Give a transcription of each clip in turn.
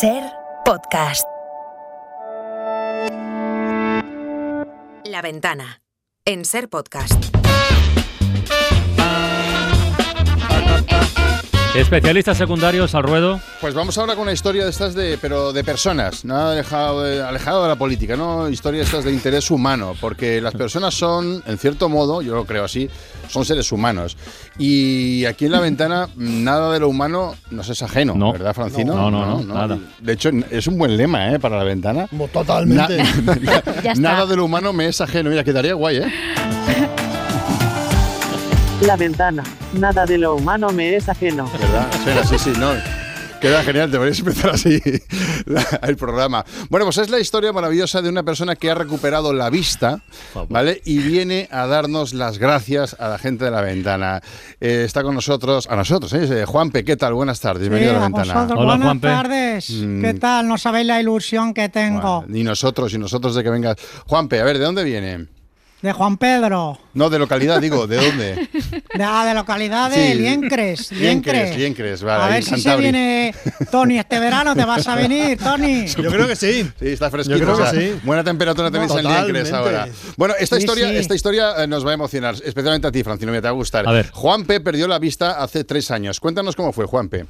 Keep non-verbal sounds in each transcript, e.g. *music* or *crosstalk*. Ser podcast. La ventana. En Ser Podcast. Especialistas secundarios al ruedo. Pues vamos ahora con una historia de estas de, pero de personas, nada alejado de, eh, alejado de la política, ¿no? Historia de estas de interés humano, porque las personas son, en cierto modo, yo lo creo así, son seres humanos. Y aquí en la ventana, nada de lo humano nos es ajeno, No. ¿verdad, Francino? No, no, no, nada. De hecho, es un buen lema, ¿eh? Para la ventana. Mo- Totalmente. Na- Ya está. nada de lo humano me es ajeno. Mira, quedaría guay, ¿eh? La ventana. Nada de lo humano me es ajeno. ¿Verdad? Espera, sí, sí, no. Queda genial, deberías empezar así la- el programa. Bueno, pues es la historia maravillosa de una persona que ha recuperado la vista, ¿vale? Y viene a darnos las gracias a la gente de la ventana. Eh, está con nosotros, a nosotros, ¿eh? Juanpe, ¿qué tal? Buenas tardes, bienvenido a la Sí, a ventana. Mm. vosotros. Hola, Buenas Juanpe. tardes. ¿Qué tal? No sabéis la ilusión que tengo. Bueno, y nosotros, y nosotros de que vengas. Juanpe, a ver, ¿de dónde viene? De Juan Pedro. No, de localidad, digo, ¿de dónde? De, ah, de localidad de Sí. *laughs* Liencres. Liencres, Liencres. Liencres, vale, a ahí ver en si se Cantabria. *laughs* viene Tony este verano. Te vas a venir, Tony. Yo creo que sí. Sí, está fresquito. Yo creo que o sea, sí. Buena temperatura tenéis en Totalmente. Liencres ahora. Bueno, esta Sí, historia, sí. esta historia eh, nos va a emocionar, especialmente a ti, Francino, me te va a gustar. A ver. Juanpe perdió la vista hace tres años. Cuéntanos cómo fue, Juanpe.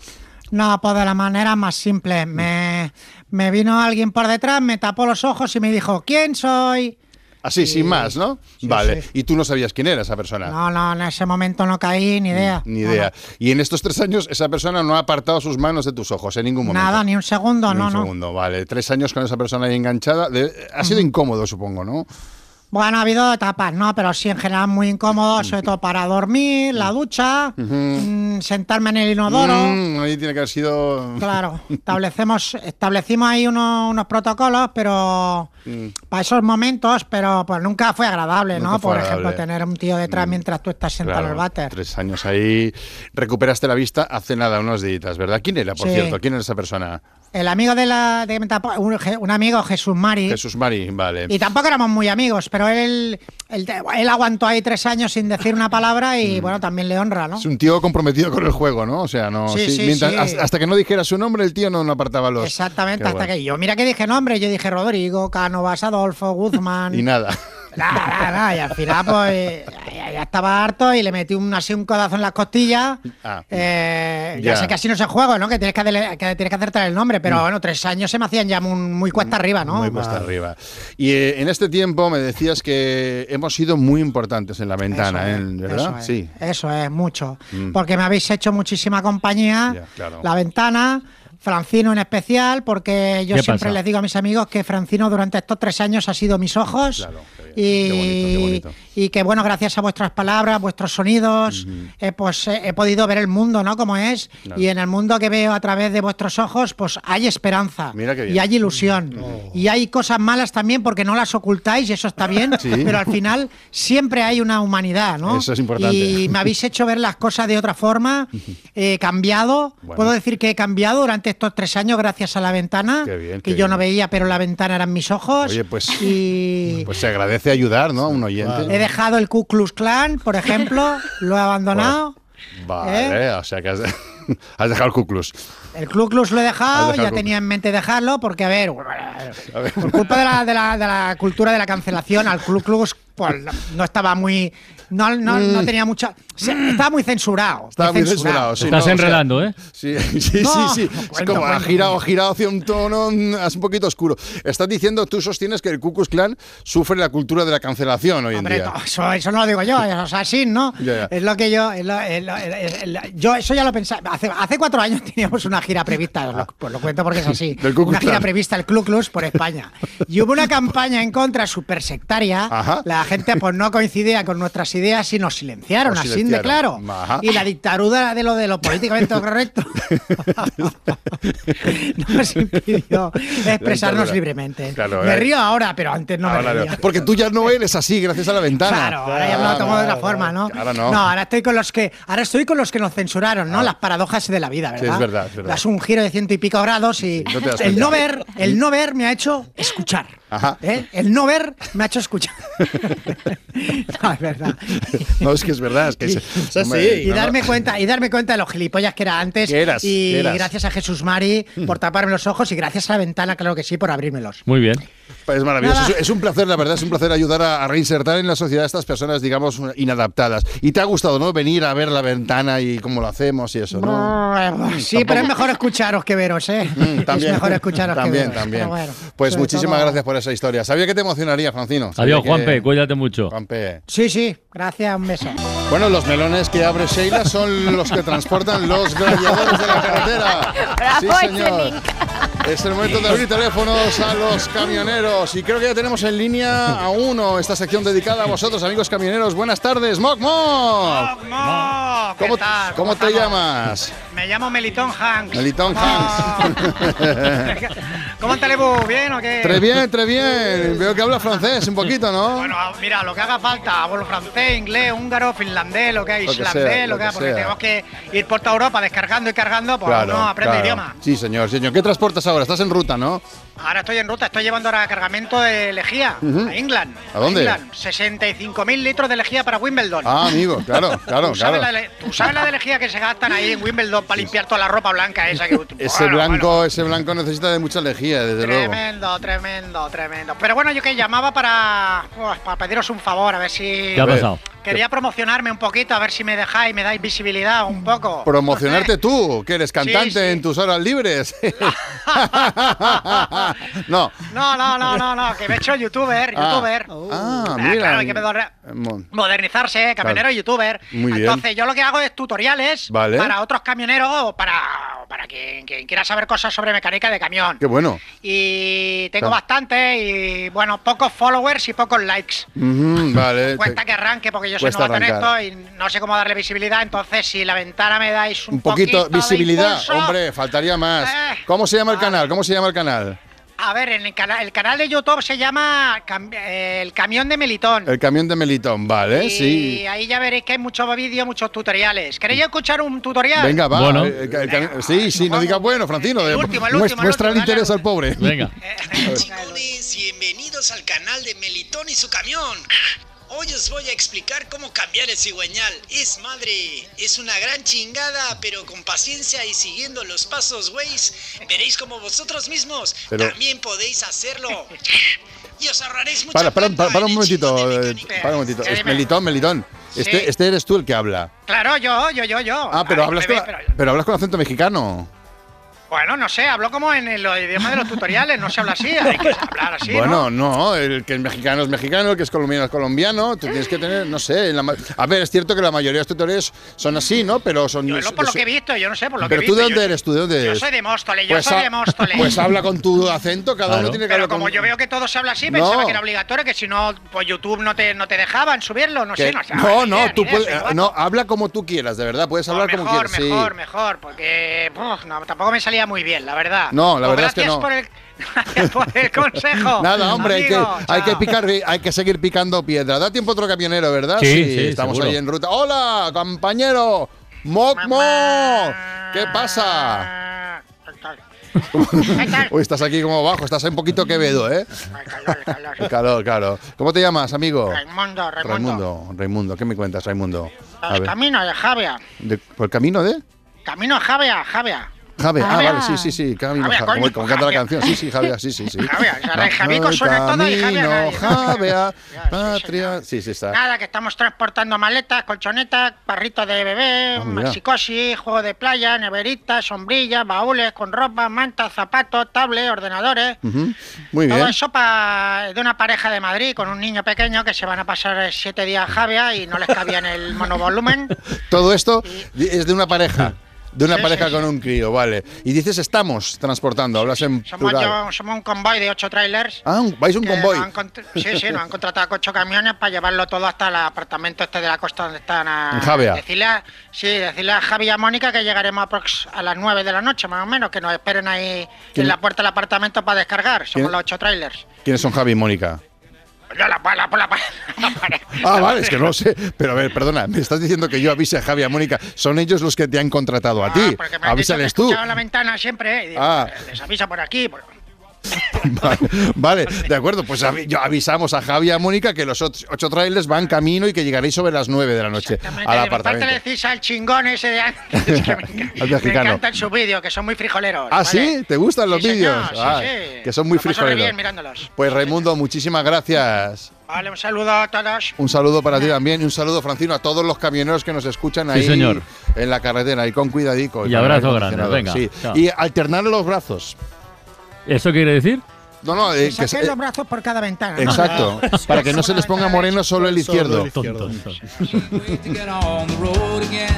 No, pues de la manera más simple. Me, me vino alguien por detrás, me tapó los ojos y me dijo, ¿quién soy? Así, sin más, ¿no? vale. sí. Y tú no sabías quién era esa persona. No, no, en ese momento no caí, ni idea. Ah. Ni idea. Y en estos tres años, esa persona no ha apartado sus manos de tus ojos en ningún No, momento. nada, ni un segundo, Ni no, un no. segundo, vale. Tres años con esa persona ahí enganchada. De- ha sido incómodo, supongo, ¿no? Bueno, ha habido etapas, ¿no? Pero sí, en general muy incómodo, sobre todo para dormir, la ducha, mm, sentarme en el inodoro. Mm, ahí tiene que haber sido. *laughs* Claro, establecemos, establecimos ahí uno- unos protocolos, pero para esos momentos, pero pues nunca fue agradable, Mm. Nunca ¿no? fue Por agradable. Mm. ejemplo, tener un tío detrás mientras tú estás sentado en el Claro, váter. Tres años ahí. Recuperaste la vista hace nada, unos días, ¿verdad? ¿Quién era, por Sí. cierto? ¿Quién era esa persona? El amigo de la de un, un amigo Jesús Mari. Jesús Mari, vale. Y tampoco éramos muy amigos, pero él, él, él aguantó ahí tres años sin decir una palabra y bueno, también le honra, ¿no? Mm. Es un tío comprometido con el juego, ¿no? O sea, no. Sí, sí, mientras- sí. has- Hasta que no dijera su nombre, el tío no, no apartaba los. Exactamente, Qué hasta guay. que yo, mira que dije nombre, yo dije Rodrigo, Cánovas, Adolfo, Guzmán. *laughs* Y nada. Nada, nada, nada, Y al final, pues, ya, ya estaba harto y le metí un, así un codazo en las costillas. Ah. Ya. Eh, Mm. ya. sé que así no se juega, ¿no? Que tienes que, dele- que tienes que acertar el nombre, pero bueno, tres años se me hacían ya muy, muy cuesta arriba, ¿no? Ah. Muy cuesta arriba. Y eh, en este tiempo me decías que hemos sido muy importantes en la ventana, Eso ¿eh? es, ¿verdad? eso es, sí. Mm. Eso es, mucho. Porque me habéis hecho muchísima compañía. Ya, claro. La ventana. Francino en especial, porque yo ¿Qué siempre pasa? les digo a mis amigos que Francino durante estos tres años ha sido mis ojos. Claro, qué bien, y, qué bonito, qué bonito. y que, bueno, gracias a vuestras palabras, vuestros sonidos, eh, pues eh, he podido ver el mundo, ¿no? Como es. Y en el mundo que veo a través de vuestros ojos, pues hay esperanza. Mira qué bien. Y hay ilusión. Mm. Oh. Y hay cosas malas también porque no las ocultáis y eso está bien. Pero al final siempre hay una humanidad, ¿no? Eso es importante. Y me habéis hecho ver las cosas de otra forma. He cambiado. Bueno. Puedo decir que he cambiado durante estos tres años gracias a la ventana. Qué bien, que qué yo bien. no veía, pero la ventana eran mis ojos. Oye, pues- Y Pues se agradece ayudar, ¿no? A un oyente. he dejado el Ku Klux Klan, por ejemplo. lo he abandonado. Vale, Eh, o sea que has, *laughs* has dejado el cuclus. El Ku Klux lo he Has dejado. dejado Ya el Ku- tenía en mente dejarlo porque, a ver, por culpa de la, de la- de la cultura de la cancelación, al Ku Klux pues, no estaba muy. No, no, no tenía mucha. se- estaba muy censurado. Mm. Estaba muy censurado. sí, Estás no, o sea, enredando, ¿eh? Sí, *laughs* sí, No, sí, sí. no es cuento, como ha cuento. girado, ha girado hacia un tono mm, es un poquito oscuro. Estás diciendo, tú sostienes que el Ku Klux Klan sufre la cultura de la cancelación hoy en Hombre, día. no, eso, eso no lo *laughs* digo yo, es así, ¿no? Ya, ya. Es lo que yo. es lo- es lo- es- es lo- yo eso ya lo pensaba. Hace, hace cuatro años *laughs* teníamos una gira prevista, os lo, pues lo cuento porque es así. Ah. *laughs* Del Ku Klux una gira Klan. prevista, el Ku Klux *laughs* por España. Y hubo una campaña en contra súper sectaria. Ajá. La gente pues no coincidía con nuestras ideas y nos silenciaron, Nos así de silenciaron. claro. Ajá. Y la dictadura de lo de *laughs* lo políticamente correcto *laughs* nos impidió expresarnos dictadura. libremente. Claro, me eh. río ahora, pero antes no Ahora me no. reía. Ah, Porque tú ya no eres así, gracias a la ventana. Claro, ahora ya me lo tomo de otra forma, ¿no? Ahora no. Ah. ahora estoy con los que, ahora estoy con los que nos censuraron, ¿no? Las paradojas de la vida, ¿verdad? es verdad, es verdad. Das un giro de ciento y pico grados y no te das el cuenta. no ver, el no ver me ha hecho escuchar. Ajá. ¿eh? El no ver me ha *laughs* hecho escuchar. no, es verdad. *laughs* No, es que es verdad. Es que se- sea, hombre, sí. Y no, no. darme cuenta, y darme cuenta de los gilipollas que era antes. Que eras, y que eras. Mm. gracias a Jesús Mari por taparme los ojos y gracias a la ventana, claro que sí, por abrírmelos. Muy bien. Es maravilloso. Nada. Es- Es un placer, la verdad, es un placer ayudar a, a reinsertar en la sociedad a estas personas, digamos, inadaptadas. Y te ha gustado, ¿no? Venir a ver la ventana y cómo lo hacemos y eso, ¿no? Brr, Ah, Sí, pero es mejor escucharos que veros, ¿eh? *laughs* Mm, Es mejor escucharos que también, veros. también. Pero bueno, pues sobre muchísimas todo- gracias por esa historia. Sabía que te emocionaría, Francino. Sabía Adiós, que- Juanpe, cuídate mucho. Juanpe. Sí, sí, gracias, un beso. Bueno, los melones que abre Sheila son los que transportan los gladiadores de la carretera. sí, Bravo, señor. Es el momento de abrir teléfonos a los camioneros. Y creo que ya tenemos en línea a uno esta sección dedicada a vosotros, amigos camioneros. Buenas tardes, Moc Moc. ¿Cómo, cómo te llamas? Me llamo Melitón Hanks. Ah. Melitón Hanks. *laughs* ¿Cómo te levo? ¿Bien o qué? Tres bien, tres bien. Veo que habla francés un poquito, ¿no? Bueno, a- mira, lo que haga falta, hablo francés, inglés, húngaro, finlandés, lo que hay, Lo que sea, islandés, lo lo que que hay, porque sea. tenemos que ir por toda Europa descargando y cargando, pues uno aprende claro. idioma. Sí, señor, sí, señor. ¿Qué transportas ahora? Estás en ruta, ¿no? Ahora estoy en ruta, estoy llevando ahora cargamento de lejía a England. ¿A dónde? England, 65.000 litros de lejía para Wimbledon. Ah, amigo, *laughs* claro, claro, ¿Tú, sabes claro. la de- ¿Tú sabes la de lejía que se gastan ahí en Wimbledon para limpiar toda la ropa blanca esa que *laughs* Ese Bueno, blanco, bueno. ese blanco necesita de mucha lejía, desde luego. Tremendo, tremendo, tremendo. Pero bueno, yo que llamaba para, pues, para pediros un favor, a ver si... Pues, ¿Qué ha ver. pasado? Quería promocionarme un poquito, a ver si me dejáis, me dais visibilidad un poco. Promocionarte tú, que eres cantante sí. en tus horas *laughs* libres. *laughs* no. No, no, no, no, no, que me he hecho youtuber, Ah. youtuber. Ah, Ah, mira. Claro, hay que modera- Mon- modernizarse, camionero Claro. y youtuber. Muy bien. Entonces, yo lo que hago es tutoriales Vale. para otros camioneros o para, o para quien, quien quiera saber cosas sobre mecánica de camión. Qué bueno. Y tengo Claro. bastante y, bueno, pocos followers y pocos likes. Ujú, vale. Cuesta te- que arranque porque yo soy Cuesta novato en esto arrancar. y no sé cómo darle visibilidad. Entonces, si la ventana me dais un, Un poquito, de visibilidad, impulso, hombre, faltaría más. Eh, ¿Cómo se llama el vale. canal? ¿Cómo se llama el canal? A ver, en el, cana- el canal de YouTube se llama Cam- eh, El Camión de Melitón. El camión de Melitón, vale, y sí. ahí ya veréis que hay muchos vídeos, muchos tutoriales. ¿Queréis escuchar un tutorial? Venga, va. Bueno. el ca- el ca- sí, sí, no digas bueno, Francino. El de- último, el muest- último, el muestra el último, dale, interés al dale. pobre. Venga. Eh, eh, Chicos, bienvenidos al canal de Melitón y su camión. Hoy os voy a explicar cómo cambiar el cigüeñal. Es madre, es una gran chingada, pero con paciencia y siguiendo los pasos, güeyes, veréis como vosotros mismos Pero- también podéis hacerlo. Y os ahorraréis mucha Para, para, plata para, para un en el momentito, chino de eh, mecánica. para un momentito. Sí, Es dime. Melitón, Melitón. Este, Sí. este eres tú el que habla. claro, yo, yo, yo, yo. Ah, pero Ay, hablas, bebé, con, pero- pero hablas con acento mexicano. Bueno, no sé, hablo como en el- los idiomas de los tutoriales, no se habla así, hay que hablar así. ¿no? bueno, ¿no? el que es mexicano es mexicano, el que es colombiano es colombiano. Tú tienes que tener, no sé. la ma- a ver, es cierto que la mayoría de los tutoriales son así, ¿no? Pero son. Yo lo- por lo es- que he visto, yo no sé por lo pero que he tú de visto. dónde yo- eres, tú de dónde Yo eres. soy de Móstoles, yo soy ha- de Móstoles. pues habla con tu acento, cada uno Claro. tiene que pero hablar como con yo veo que todo se habla así, pensaba No. que era obligatorio, que si no, pues YouTube no te, no te dejaban subirlo, no que- sé, Pues no ¿eh? sé. no, ni idea, no, ni tú idea, puedes, ah, soy guapo. no, habla como tú quieras, de verdad, puedes Pues hablar mejor, como quieras. sí. Mejor, mejor, porque uf, no, tampoco me salía muy bien, la verdad. No, la Pues verdad es que gracias no. Por el, *laughs* gracias por *laughs* el consejo. Nada, hombre, hay que, amigo, hay que chao. picar, hay que seguir picando piedra. Da tiempo otro camionero, ¿verdad? Sí, sí, estamos seguro. ahí en ruta. ¡Hola, compañero! ¡Mocmo! ¿Qué pasa? Ay, tal. *laughs* Uy, estás aquí como bajo, estás un poquito quevedo, ¿eh? Ay, calor, calor. El calor, claro. ¿Cómo te llamas, amigo? Raimundo, Raimundo. Raimundo, Raimundo, ¿qué me cuentas, Raimundo? A Los ver, caminos de Javia. de- ¿por el camino de? Camino a Javia, Javia. Javi, ah, Javier. vale, sí, sí, sí, camino, Javier, Ja- coño, como, como canta la Javier. canción, sí, sí, Javier, sí, sí, sí. Javier, o sea, No, Javico no, suena todo y Javier camino, nadie. Javier, Ya, *laughs* sí, patria, señor. sí, sí, está. Nada, que estamos transportando maletas, colchonetas, barritos de bebé, Ah, mira. maxicosi, juego de playa, neveritas, sombrillas, baúles con ropa, mantas, zapatos, tablets, ordenadores. Ujú, Muy bien. Todo eso pa- de una pareja de Madrid con un niño pequeño que se van a pasar eh, siete días a Javia y no les cabía en *laughs* el monovolumen. Todo esto es de una pareja. De una Sí, pareja sí, con un crío, vale. Y dices estamos transportando, hablas en Somos, plural. yo- somos un convoy de ocho trailers. Ah, un- vais un que convoy. nos han contr- sí, sí, nos han contratado ocho camiones para llevarlo todo hasta el apartamento este de la costa donde están a... En Javea. Decirle a, sí, decirle a Javi y a Mónica que llegaremos aprox a las nueve de la noche, más o menos, que nos esperen ahí ¿Quién- en la puerta del apartamento para descargar. Somos ¿Quién- los ocho trailers. Pues ¿Quiénes son Javi y Mónica? Yo la, la, la, la- la- Ah, vale, es que no lo sé. Pero a ver, perdona, me estás diciendo que yo avise a Javi y a Mónica. Son ellos los que te han contratado a ti. Ah, porque me han dicho que Avísales tú. escuchaba la ventana siempre, eh, y digo, Ah. les avisa por aquí. por- *laughs* Vale, vale, de acuerdo. Pues avi- yo avisamos a Javi y a Mónica que los ocho, ocho trailers van camino y que llegaréis sobre las 9 de la noche al de mi parte le apartamento. decís al chingón ese de antes *laughs* que me, enca- Al me mexicano. encantan sus vídeos, que son muy frijoleros. ¿Ah, ¿vale? sí? ¿Te gustan los Sí, vídeos? señor, sí, Ah, sí. Que son muy Lo paso re frijolitos. bien mirándolos. Pues Raimundo, muchísimas gracias. Vale, un saludo a todos. Un saludo para ti también y un saludo, Francino, a todos los camioneros que nos escuchan ahí señor. en la carretera, ahí con cuidadico. Y con el abrazo aire grande, venga, acondicionado, sí. chao. Y alternar los brazos. ¿Eso quiere decir? No, no, eh, que se- eh, Saquen los brazos por cada ventana. ¿no? *laughs* Exacto, para que no se les ponga moreno solo el izquierdo. Tontos. wait to get on the road again.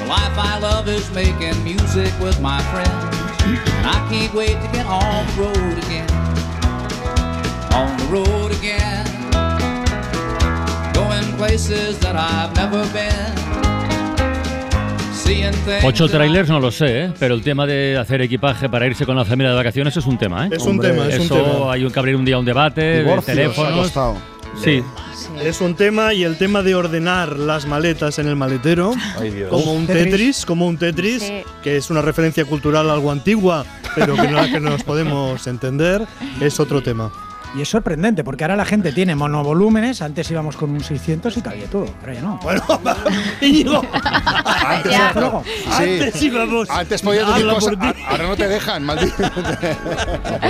The life I love is making music with my friends. And I can't wait to get on the road again. On the road again. Going places that I've never been. Seeing things. Ocho that I- trailers no lo sé, ¿eh? pero el tema de hacer equipaje para irse con la familia de vacaciones es un tema. ¿eh? Es un Hombre, tema, es un Eso tema. hay un- que abrir un día un debate, de Divorcios ha teléfonos. costado. Sí, Es un tema y el tema de ordenar las maletas en el maletero. Ay, Dios. Como un Tetris. Tetris, como un Tetris, Sí. que es una referencia cultural algo antigua, pero que no, que no nos podemos entender, es otro tema. Y es sorprendente porque ahora la gente tiene monovolúmenes. Antes íbamos con un 600 y cabía todo. Pero ya no. Bueno, Íñigo, Antes, Ya. otro. antes Sí. íbamos. Antes podías decir Habla cosas, por ti. a- ahora no te dejan, *laughs* maldito.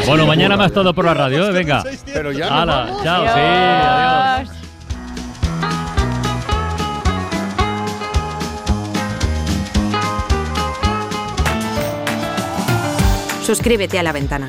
bueno, mañana más todo por la radio, ¿eh? venga. Pero ya. nos Hala, vamos. chao, sí, adiós. Dios. Suscríbete a La Ventana.